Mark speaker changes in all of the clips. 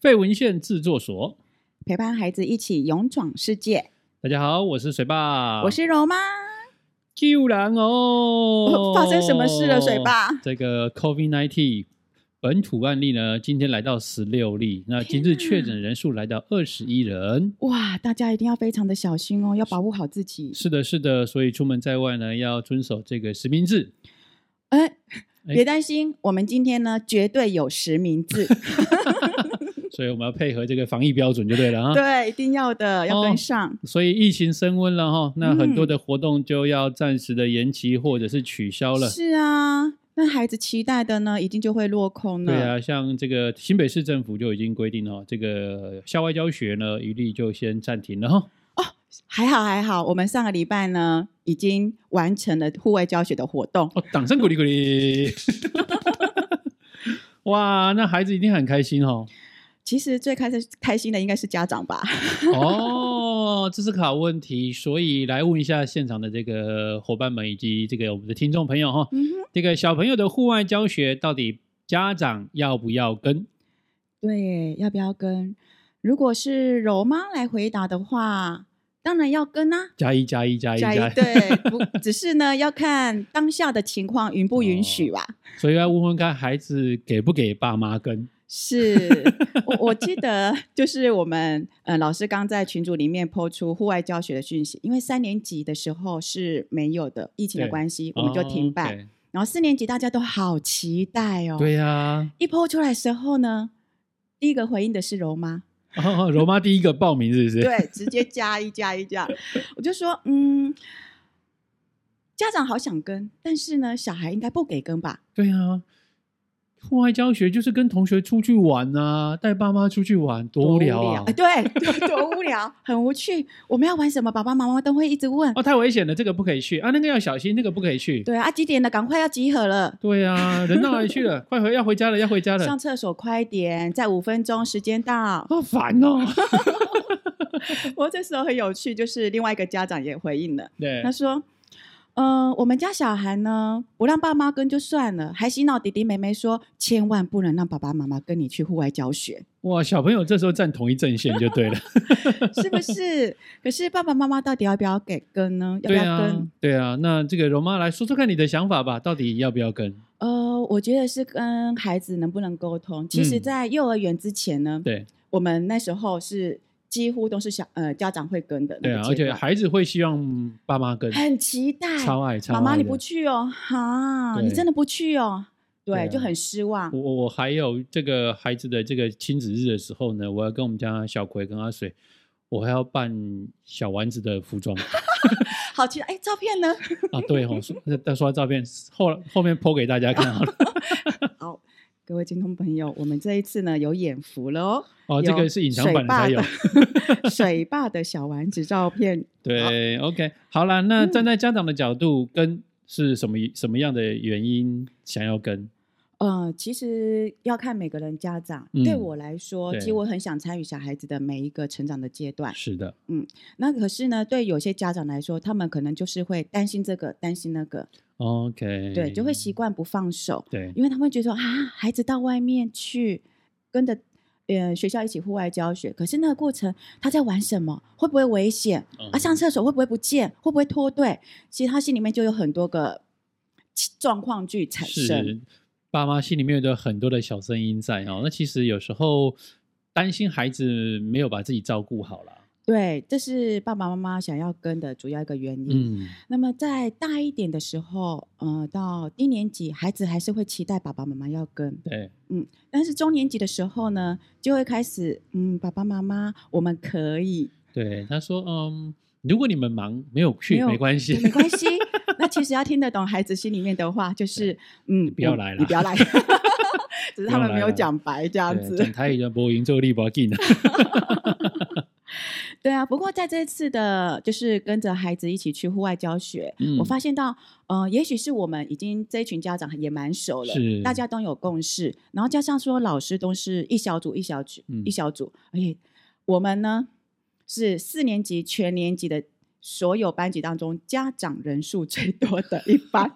Speaker 1: 费文献制作所，
Speaker 2: 陪伴孩子一起勇闯世界。
Speaker 1: 大家好，我是水爸，
Speaker 2: 我是柔妈，
Speaker 1: 救狼哦！
Speaker 2: 发生什么事了水爸
Speaker 1: 这个 COVID nineteen 本土案例呢，今天来到十六例，那今日确诊人数来到二十一人。
Speaker 2: 哇，大家一定要非常的小心哦，要保护好自己。
Speaker 1: 是的，是的，所以出门在外呢，要遵守这个实名制。
Speaker 2: 哎，别担心，我们今天呢绝对有实名 制，
Speaker 1: 所以我们要配合这个防疫标准就对了啊。
Speaker 2: 对，一定要的，要跟上。
Speaker 1: 所以疫情升温了哈，那很多
Speaker 2: 嗯
Speaker 1: 的活动就要暂时的延期或者是取消了。
Speaker 2: 是啊，那孩子期待的呢，一定就会落空了。
Speaker 1: 对啊，像这个新北市政府就已经规定哦，这个校外教学呢一律就先暂停了哈。
Speaker 2: 还好还好，我们上个礼拜呢已经完成了户外教学的活动。
Speaker 1: 哦，掌声鼓励鼓励。 哇，那孩子一定很开心哦。
Speaker 2: 其实最开始开心的应该是家长吧？
Speaker 1: 哦，这是个好问题，所以来问一下现场的这个伙伴们以及这个我们的听众朋友哈，
Speaker 2: 嗯哼，
Speaker 1: 这个小朋友的户外教学到底家长要不要跟？
Speaker 2: 对，要不要跟？如果是柔妈来回答的话，当然要跟啊。
Speaker 1: 加一加一加一
Speaker 2: 加
Speaker 1: 加
Speaker 2: 一
Speaker 1: 一，
Speaker 2: 对，不只是呢要看当下的情况允不允
Speaker 1: 哦
Speaker 2: 许吧。
Speaker 1: 所以要问问看孩子给不给爸妈跟？
Speaker 2: 是我我记得，就是我们呃老师刚在群组里面抛出户外教学的讯息，因为三年级的时候是没有的，疫情的
Speaker 1: 对
Speaker 2: 关系，我们就停办。
Speaker 1: 哦
Speaker 2: 然后四年级大家都好期待哦。
Speaker 1: ，OK。对呀、啊
Speaker 2: 一抛出来的时候呢，第一个回应的是 柔妈，
Speaker 1: 哦，柔妈第一个报名是不是？
Speaker 2: 对，直接加一加一加，我就说，嗯，家长好想跟，但是呢，小孩应该不给跟吧？
Speaker 1: 对啊，户外教学就是跟同学出去玩啊，带爸妈出去玩，多无聊啊！
Speaker 2: 哎 对，多无聊，很无趣。我们要玩什么？爸爸妈妈都会一直问。
Speaker 1: 哦，太危险了，这个不可以去啊，那个要小心，那个不可以去。
Speaker 2: 对啊，几点了？赶快要集合了。
Speaker 1: 对啊，人到哪里去 了？快回，要回家了，要回家了
Speaker 2: 上，厕所快一点，再五分钟，时间到。
Speaker 1: 好烦哦。
Speaker 2: 不过这时候很有趣，就是另外一个家长也回应了，
Speaker 1: 对
Speaker 2: 他，说：“嗯、我们家小孩呢，不让爸妈跟就算了，还洗脑弟弟妹妹说，千万不能让爸爸妈妈跟你去户外教学，
Speaker 1: 哇，小朋友这时候站同一阵线就对了。
Speaker 2: 是不是？可是爸爸妈妈到底要不要给跟呢？要不
Speaker 1: 对
Speaker 2: 要
Speaker 1: 啊
Speaker 2: 跟？，
Speaker 1: 对啊。那这个柔妈来说说看你的想法吧，到底要不要跟？
Speaker 2: 呃，我觉得是跟孩子能不能沟通。其实，
Speaker 1: 嗯
Speaker 2: 在幼儿园之前呢，
Speaker 1: 对
Speaker 2: 我们那时候是几乎都是小呃家长会跟的那
Speaker 1: 对
Speaker 2: 个
Speaker 1: 啊，
Speaker 2: 阶
Speaker 1: 而且
Speaker 2: 段
Speaker 1: 孩子会希望爸妈跟，
Speaker 2: 很期待。
Speaker 1: 超爱超爱的。
Speaker 2: 妈妈你不去哦，哈，
Speaker 1: 对
Speaker 2: 你真的不去哦，对，
Speaker 1: 对啊
Speaker 2: 就很失望
Speaker 1: 我。我我还有这个孩子的这个亲子日的时候呢，我要跟我们家小葵跟阿水，我还要扮小丸子的服装
Speaker 2: 好期待，哎，照片呢？
Speaker 1: 啊，对哦，说再说到照片，后后面 po 给大家看好了。
Speaker 2: 好，各位听众朋友，我们这一次呢有眼福了哦。
Speaker 1: 哦，这个是隐藏版的才有。
Speaker 2: 有 水坝的小丸子照片。
Speaker 1: 对，OK，好啦，那站在家长的角度，跟是什么什么样的原因想要跟？
Speaker 2: 呃，其实要看每个人家长。
Speaker 1: 嗯
Speaker 2: 对我来说，
Speaker 1: 对
Speaker 2: 其实我很想参与小孩子的每一个成长的阶段。
Speaker 1: 是的，
Speaker 2: 那可是呢，对有些家长来说，他们可能就是会担心这个，担心那个，
Speaker 1: ，OK，
Speaker 2: 对，就会
Speaker 1: 嗯
Speaker 2: 习惯不放手。
Speaker 1: 对
Speaker 2: 因为他们觉得说啊，孩子到外面去跟着呃学校一起户外教学，可是那个过程他在玩什么？会不会危险？啊，
Speaker 1: 嗯
Speaker 2: 上厕所会不会不见？会不会脱队？其实他心里面就有很多个其状况剧产生。
Speaker 1: 是爸妈心里面有很多的小声音在哦。那其实有时候担心孩子没有把自己照顾好啦。
Speaker 2: 对，这是爸爸妈妈想要跟的主要一个原因。
Speaker 1: 嗯，
Speaker 2: 那么在大一点的时候，呃，到低年级，孩子还是会期待爸爸妈妈要跟。
Speaker 1: 对，
Speaker 2: 但是中年级的时候呢，就会开始，嗯，爸爸妈妈，我们可 以，
Speaker 1: 对，他说，嗯，如果你们忙没有去
Speaker 2: 没有
Speaker 1: 没关系
Speaker 2: 对，没关系。那其实要听得懂孩子心里面的话，就是嗯，
Speaker 1: 不要
Speaker 2: 我
Speaker 1: 来啦
Speaker 2: 你不要来， 只是他们没有讲白这样
Speaker 1: 对
Speaker 2: 子。
Speaker 1: 讲台语叫播音做力不进啊。
Speaker 2: 对啊，不过在这次的，就是跟着孩子一起去户外教学，
Speaker 1: 嗯
Speaker 2: 我发现到，呃，也许是我们已经这一群家长也蛮熟了
Speaker 1: 是，
Speaker 2: 大家都有共识，然后加上说老师都是一小组一小组、
Speaker 1: 嗯
Speaker 2: 一小组，而且我们呢是四年级全年级的 所有班级当中家长人数最多的一班。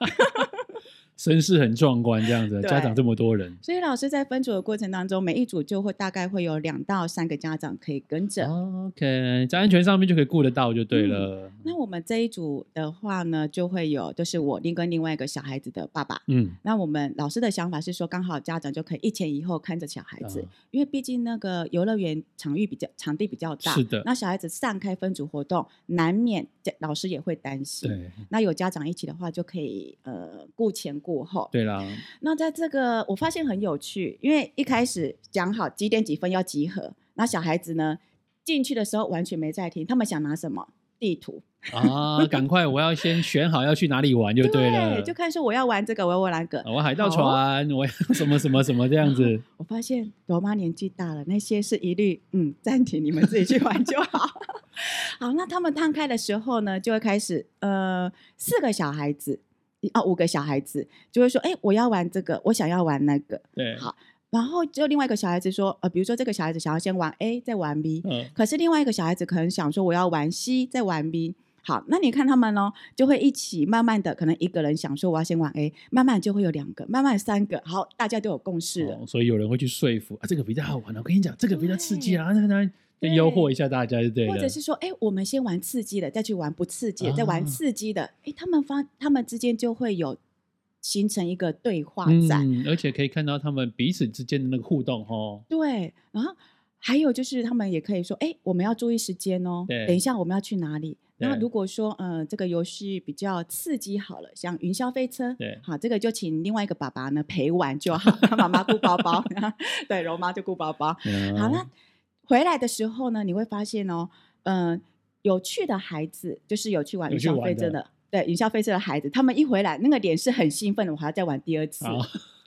Speaker 1: 声势很壮观这样子，
Speaker 2: 对
Speaker 1: 家长这么多人，
Speaker 2: 所以老师在分组的过程当中，每一组就会大概会有两到三个家长可以跟着。
Speaker 1: 哦 OK，在安全上面就可以顾得到就对了。
Speaker 2: 那我们这一组的话呢，就会有就是我另跟另外一个小孩子的爸爸。
Speaker 1: 嗯，
Speaker 2: 那我们老师的想法是说，刚好家长就可以一前一后看着小孩子，
Speaker 1: 啊
Speaker 2: 因为毕竟那个游乐园场域比较场地比较大，
Speaker 1: 是的
Speaker 2: 那小孩子散开分组活动，难免这老师也会担心。
Speaker 1: 对
Speaker 2: 那有家长一起的话，就可以呃顾前顾后。
Speaker 1: 对啦，
Speaker 2: 那在这个我发现很有趣，因为一开始讲好几点几分要集合，那小孩子呢进去的时候完全没在听，他们想拿什么地图，
Speaker 1: 啊，赶快，我要先选好要去哪里玩就了。
Speaker 2: 就看说我要玩这个，我要玩那个。
Speaker 1: 啊我海盗
Speaker 2: 好
Speaker 1: 船，我要什么什么什么这样子。
Speaker 2: 我发现罗妈年纪大了，那些是一律嗯暂停，你们自己去玩就好。 好，那他们摊开的时候呢，就会开始呃，四个小孩子，一哦五个小孩子就会说，哎、我要玩这个，我想要玩那个。
Speaker 1: 对，
Speaker 2: 好然后就另外一个小孩子说，呃，比如说这个小孩子想要先玩 A，再玩 B，
Speaker 1: 嗯，
Speaker 2: 可是另外一个小孩子可能想说我要玩 C，再玩 B。好，那你看他们咯，就会一起慢慢的，可能一个人想说我要先玩 A，慢慢就会有两个，慢慢三个，好，大家都有共识了。
Speaker 1: 哦所以有人会去说服啊，这个比较好玩啊，我跟你讲，这个比较刺激啊，那那就
Speaker 2: 对
Speaker 1: 诱惑一下大家就对了。
Speaker 2: 或者是说，哎、我们先玩刺激的，再去玩不刺激的，再玩
Speaker 1: 啊
Speaker 2: 刺激的，哎、他们发他们之间就会有形成一个对话在，
Speaker 1: 嗯，而且可以看到他们彼此之间的那个互动哦。
Speaker 2: 对，然后还有就是他们也可以说，哎、我们要注意时间哦，
Speaker 1: 对
Speaker 2: 等一下我们要去哪里。
Speaker 1: 对
Speaker 2: 那如果说，呃，这个游戏比较刺激好了，像云霄飞车，
Speaker 1: 对
Speaker 2: 好，这个就请另外一个爸爸呢陪玩就好，他妈妈顾包包， 对，柔妈就顾包包，好，
Speaker 1: 嗯
Speaker 2: 那回来的时候呢，你会发现哦，嗯、有趣的孩子就是有去玩
Speaker 1: 有
Speaker 2: 云
Speaker 1: 去
Speaker 2: 霄
Speaker 1: 玩
Speaker 2: 飞车
Speaker 1: 的
Speaker 2: 的，对，云霄飞车的孩子，他们一回来，那个脸是很兴奋的，我还要再玩第二次。
Speaker 1: 好，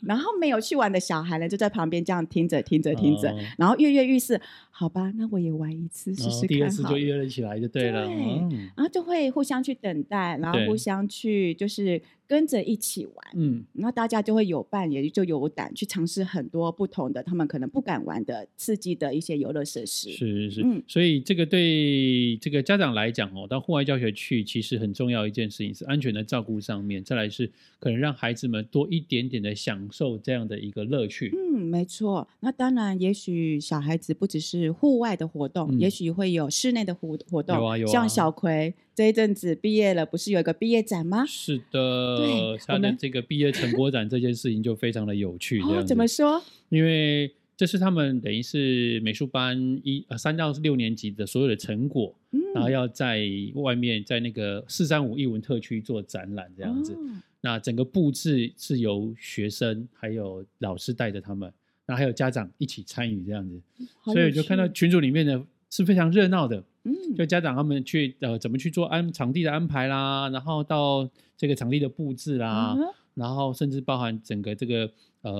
Speaker 2: 然后没有去玩的小孩呢，就在旁边这样听着听着听着，
Speaker 1: 哦
Speaker 2: 然后跃跃欲试。好吧，那我也玩一次试
Speaker 1: 然
Speaker 2: 试
Speaker 1: 后第
Speaker 2: 看
Speaker 1: 二次
Speaker 2: 好
Speaker 1: 就
Speaker 2: 了。
Speaker 1: 约了起来就对了。
Speaker 2: 对
Speaker 1: 嗯
Speaker 2: 然后就会互相去等待，然后
Speaker 1: 对
Speaker 2: 互相去就是跟着一起玩，
Speaker 1: 嗯，
Speaker 2: 然后大家就会有伴，也就有胆去尝试很多不同的他们可能不敢玩的刺激的一些游乐设施。
Speaker 1: 是是是
Speaker 2: 嗯，
Speaker 1: 所以这个对这个家长来讲哦，到户外教学去，其实很重要一件事情是安全的照顾上面，再来是可能让孩子们多一点点的享受这样的一个乐趣。
Speaker 2: 嗯，没错。那当然，也许小孩子不只是户外的活动，
Speaker 1: 嗯
Speaker 2: 也许会有室内的活活动。
Speaker 1: 有啊有啊
Speaker 2: 像小葵这一阵子毕业了，不是有一个毕业展吗？
Speaker 1: 是的
Speaker 2: 对，
Speaker 1: 他
Speaker 2: 我
Speaker 1: 的
Speaker 2: 们
Speaker 1: 这个毕业成果展这件事情就非常的有趣。这样
Speaker 2: 哦，
Speaker 1: 子
Speaker 2: 怎么说？
Speaker 1: 因为这是他们等于是美术班一呃三到六年级的所有的成果，然后
Speaker 2: 嗯，
Speaker 1: 要在外面在那个四三五艺文特区做展览这样子。
Speaker 2: 哦
Speaker 1: 那整个布置是由学生还有老师带着他们，然后还有家长一起参与这样子，
Speaker 2: 好
Speaker 1: 所以
Speaker 2: 有
Speaker 1: 我就看到
Speaker 2: 趣
Speaker 1: 群组里面呢是非常热闹的。
Speaker 2: 嗯，
Speaker 1: 就家长他们去呃怎么去做安场地的安排啦，然后到这个场地的布置啦，
Speaker 2: 嗯哼
Speaker 1: 然后甚至包含整个这个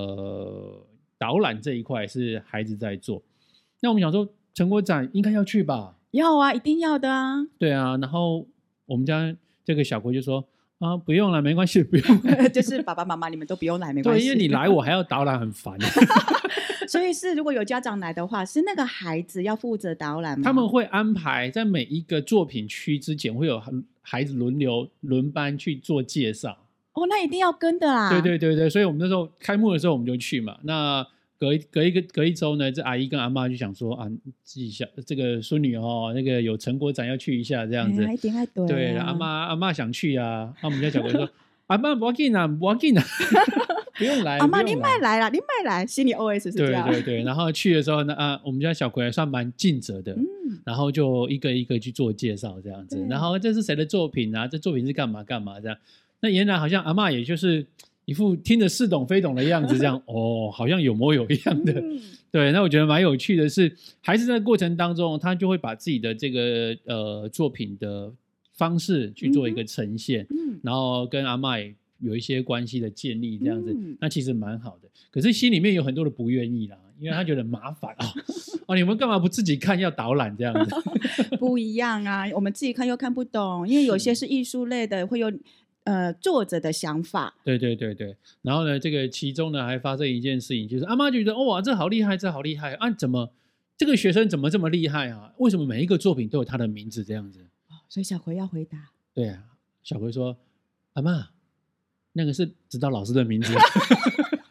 Speaker 1: 呃导览这一块是孩子在做。那我们想说成果展应该要去吧？
Speaker 2: 要啊，一定要的 啊。
Speaker 1: 对啊，然后我们家这个小葵就说啊不用了，没关系，不用 了。
Speaker 2: 就是爸爸妈妈，你们都不用来，没关
Speaker 1: 对，
Speaker 2: 系。
Speaker 1: 因为你来，我还要导览，很烦。 啊
Speaker 2: 所以是如果有家长来的话，是那个孩子要负责导览吗？
Speaker 1: 他们会安排在每一个作品区之前，会有孩子轮流轮班去做介绍。
Speaker 2: 哦，那一定要跟的啦。
Speaker 1: 对对对对，所以我们那时候开幕的时候我们就去嘛。那隔一隔一个隔一周呢，这阿姨跟阿妈就想说啊，自己小这个孙女哦，那个有成果展要去一下这
Speaker 2: 哎，
Speaker 1: 样子。
Speaker 2: 一定要对啊。
Speaker 1: 对，阿妈阿妈想去啊，那我们家小鬼说阿妈不要紧啊，不要紧啊， 不用来，
Speaker 2: 阿妈，
Speaker 1: 不
Speaker 2: 你
Speaker 1: 用
Speaker 2: 卖来啦，你卖来，心里 OS 是这
Speaker 1: 对
Speaker 2: 样。
Speaker 1: 对对，然后去的时候呢，啊，我们家小葵还算蛮尽责的，
Speaker 2: 嗯。
Speaker 1: 然后就一个一个去做介绍这样子
Speaker 2: 对，
Speaker 1: 然后这是谁的作品啊？这作品是干嘛干嘛这样？那原来好像阿嬷也就是一副听得似懂非懂的样子， 这样哦，好像有模有样的。
Speaker 2: 嗯
Speaker 1: 对，那我觉得蛮有趣的是，孩子在过程当中，他就会把自己的这个呃作品的方式去做一个呈现，
Speaker 2: 嗯
Speaker 1: 然后跟阿嬷也有一些关系的建立，这样子，
Speaker 2: 嗯
Speaker 1: 那其实蛮好的。可是心里面有很多的不愿意啦，因为他觉得麻 烦啊、哦，哦，你们干嘛不自己看要导览这样子？
Speaker 2: 不一样啊，我们自己看又看不懂，因为有些是艺术类的，会有呃作者的想法。
Speaker 1: 对对对对，然后呢，这个其中呢还发生一件事情，就是阿妈就觉得哦哇，这好厉害，这好厉害啊！怎么这个学生怎么这么厉害啊？为什么每一个作品都有他的名字这样子？
Speaker 2: 哦所以小葵要回答，
Speaker 1: 对啊，小葵说：“阿妈，那个是知道老师的名 字，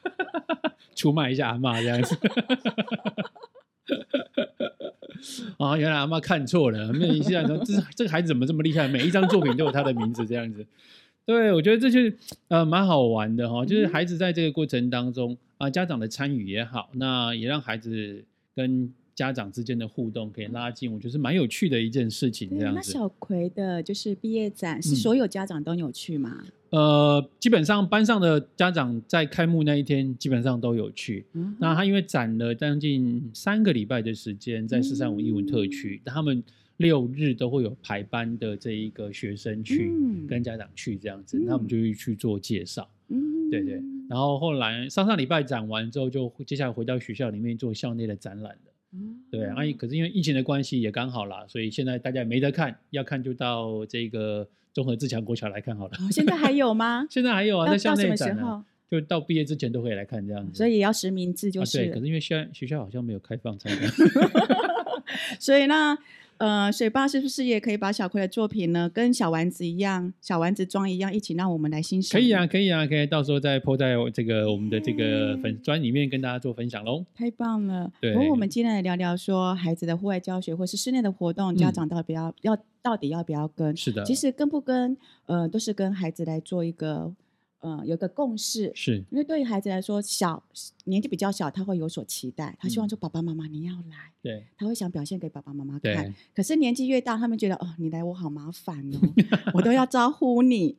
Speaker 1: 出卖一下阿妈这样子。啊，原来阿妈看错了，没有一下说这这个孩子怎么这么厉害，每一张作品都有他的名字这样子。对，我觉得这就是呃蛮好玩的哈、就是孩子在这个过程当中啊、家长的参与也好，那也让孩子跟家长之间的互动可以拉近，我觉得是蛮有趣的一件事情
Speaker 2: 对
Speaker 1: 这样
Speaker 2: 那
Speaker 1: 子。
Speaker 2: 小葵的就是毕业展，是
Speaker 1: 嗯
Speaker 2: 所有家长都有去吗？
Speaker 1: 呃，基本上班上的家长在开幕那一天基本上都有去。
Speaker 2: 嗯
Speaker 1: 那他因为展了将近三个礼拜的时间，
Speaker 2: 嗯
Speaker 1: 在四三五艺文特区，他们六日都会有排班的这一个学生去、
Speaker 2: 嗯
Speaker 1: 跟家长去这样子，
Speaker 2: 嗯
Speaker 1: 那我们就去做介绍。
Speaker 2: 嗯
Speaker 1: 对对，然后后来上上礼拜展完之后，就接下来回到学校里面做校内的展览了。
Speaker 2: 嗯
Speaker 1: 对，啊，可是因为疫情的关系也刚好啦，所以现在大家也没得看，要看就到这个综合自强国小来看好 了。？
Speaker 2: 哦现在还有吗
Speaker 1: 现在还有啊，
Speaker 2: 到
Speaker 1: 在校
Speaker 2: 到什
Speaker 1: 内
Speaker 2: 么时
Speaker 1: 展、啊
Speaker 2: 候，？
Speaker 1: 就到毕业之前都可以来看这样子。
Speaker 2: 所以也要实名制就
Speaker 1: 啊，
Speaker 2: 是
Speaker 1: 对，
Speaker 2: 了
Speaker 1: 可是因为现在学校好像没有开放参观，
Speaker 2: 所以那呃，水爸是不是也可以把小葵的作品呢，跟小丸子一样，小丸子装一样，一起让我们来欣 赏？
Speaker 1: 可以啊，，可以啊，可以，到时候再 po 在这个我们的这个粉专里面跟大家做分享喽。
Speaker 2: 太棒了。
Speaker 1: 对
Speaker 2: 不过我们今天来聊聊说孩子的户外教学或是室内的活动，家
Speaker 1: 嗯
Speaker 2: 长到底要、要到底要不要跟？
Speaker 1: 是的，
Speaker 2: 其实跟不跟，呃，都是跟孩子来做一个呃有一个共识。
Speaker 1: 是
Speaker 2: 因为对于孩子来说，小年纪比较小，他会有所期待，他希
Speaker 1: 嗯
Speaker 2: 望说爸爸妈妈你要来，
Speaker 1: 对
Speaker 2: 他会想表现给爸爸妈妈看。
Speaker 1: 对，
Speaker 2: 可是年纪越大，他们觉得哦，你来我好麻烦哦，我都要招 呼你。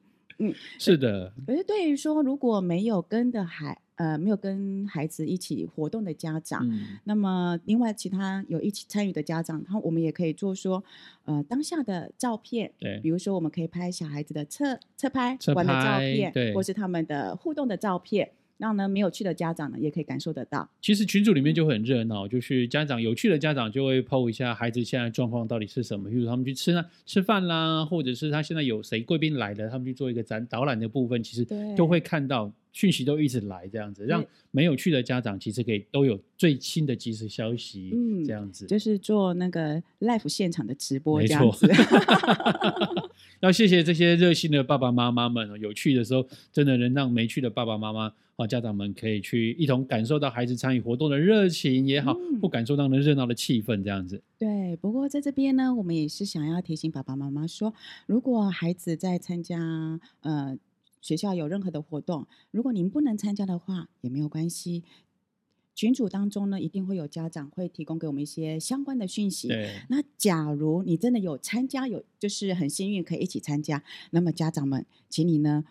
Speaker 1: 是的，
Speaker 2: 可是对于说如果没有跟的孩呃没有跟孩子一起活动的家长，
Speaker 1: 嗯，
Speaker 2: 那么另外其他有一起参与的家长，然后我们也可以做说呃当下的照片。
Speaker 1: 对
Speaker 2: 比如说，我们可以拍小孩子的侧侧拍、
Speaker 1: 侧
Speaker 2: 玩的照
Speaker 1: 拍
Speaker 2: 片，
Speaker 1: 对
Speaker 2: 或是他们的互动的照片，让呢没有去的家长呢也可以感受得到。
Speaker 1: 其实群组里面就很热闹，就是家长有趣的家长就会 PO 一下孩子现在状况到底是什么，比如他们去吃啊吃饭啦，或者是他现在有谁贵宾来了，他们去做一个展导览的部分，其实
Speaker 2: 对
Speaker 1: 都会看到讯息都一直来这样子，让
Speaker 2: 对
Speaker 1: 没有去的家长其实可以都有最新的即时消息，
Speaker 2: 嗯
Speaker 1: 这样子。
Speaker 2: 就是做那个 live 现场的直播
Speaker 1: 没
Speaker 2: 这样
Speaker 1: 错
Speaker 2: 子。
Speaker 1: 要谢谢这些热心的爸爸妈妈们哦，有趣的时候真的能让没去的爸爸妈妈哦家长们可以去一同感受到孩子参与活动的热情也好，
Speaker 2: 嗯
Speaker 1: 或感受到那热闹的气氛这样子。
Speaker 2: 对，不过在这边呢，我们也是想要提醒爸爸妈妈说，如果孩子在参加呃学校有任何的活动，如果您不能参加的话，也没有关系。群组当中呢，一定会有家长会提供给我们一些相关的讯息。
Speaker 1: 对，
Speaker 2: 那假如你真的有参加，有就是很幸运可以一起参加，那么家长们，请你呢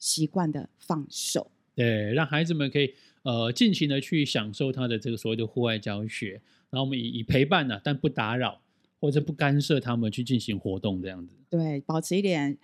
Speaker 2: 习惯的放手。
Speaker 1: 对，让孩子们可以呃尽情的去享受他的这个所谓的户外教学，然后我们以以陪伴呢、但不打扰或者不干涉他们去进行活动这样子。
Speaker 2: 对，保持一点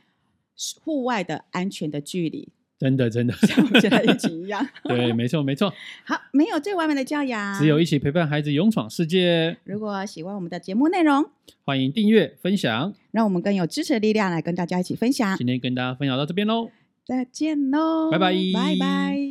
Speaker 2: 户外的安全的距离，
Speaker 1: 真的，真的，
Speaker 2: 像我们现在疫情一样。
Speaker 1: 对，没错，没错，
Speaker 2: 好，没有最完美的教养，
Speaker 1: 只有一起陪伴孩子勇闯世界。
Speaker 2: 如果喜欢我们的节目内容，
Speaker 1: 欢迎订阅、分享。
Speaker 2: 让我们更有支持的力量来跟大家一起分享。
Speaker 1: 今天跟大家分享到这边喽。
Speaker 2: 再见喽，
Speaker 1: 拜拜
Speaker 2: 拜拜。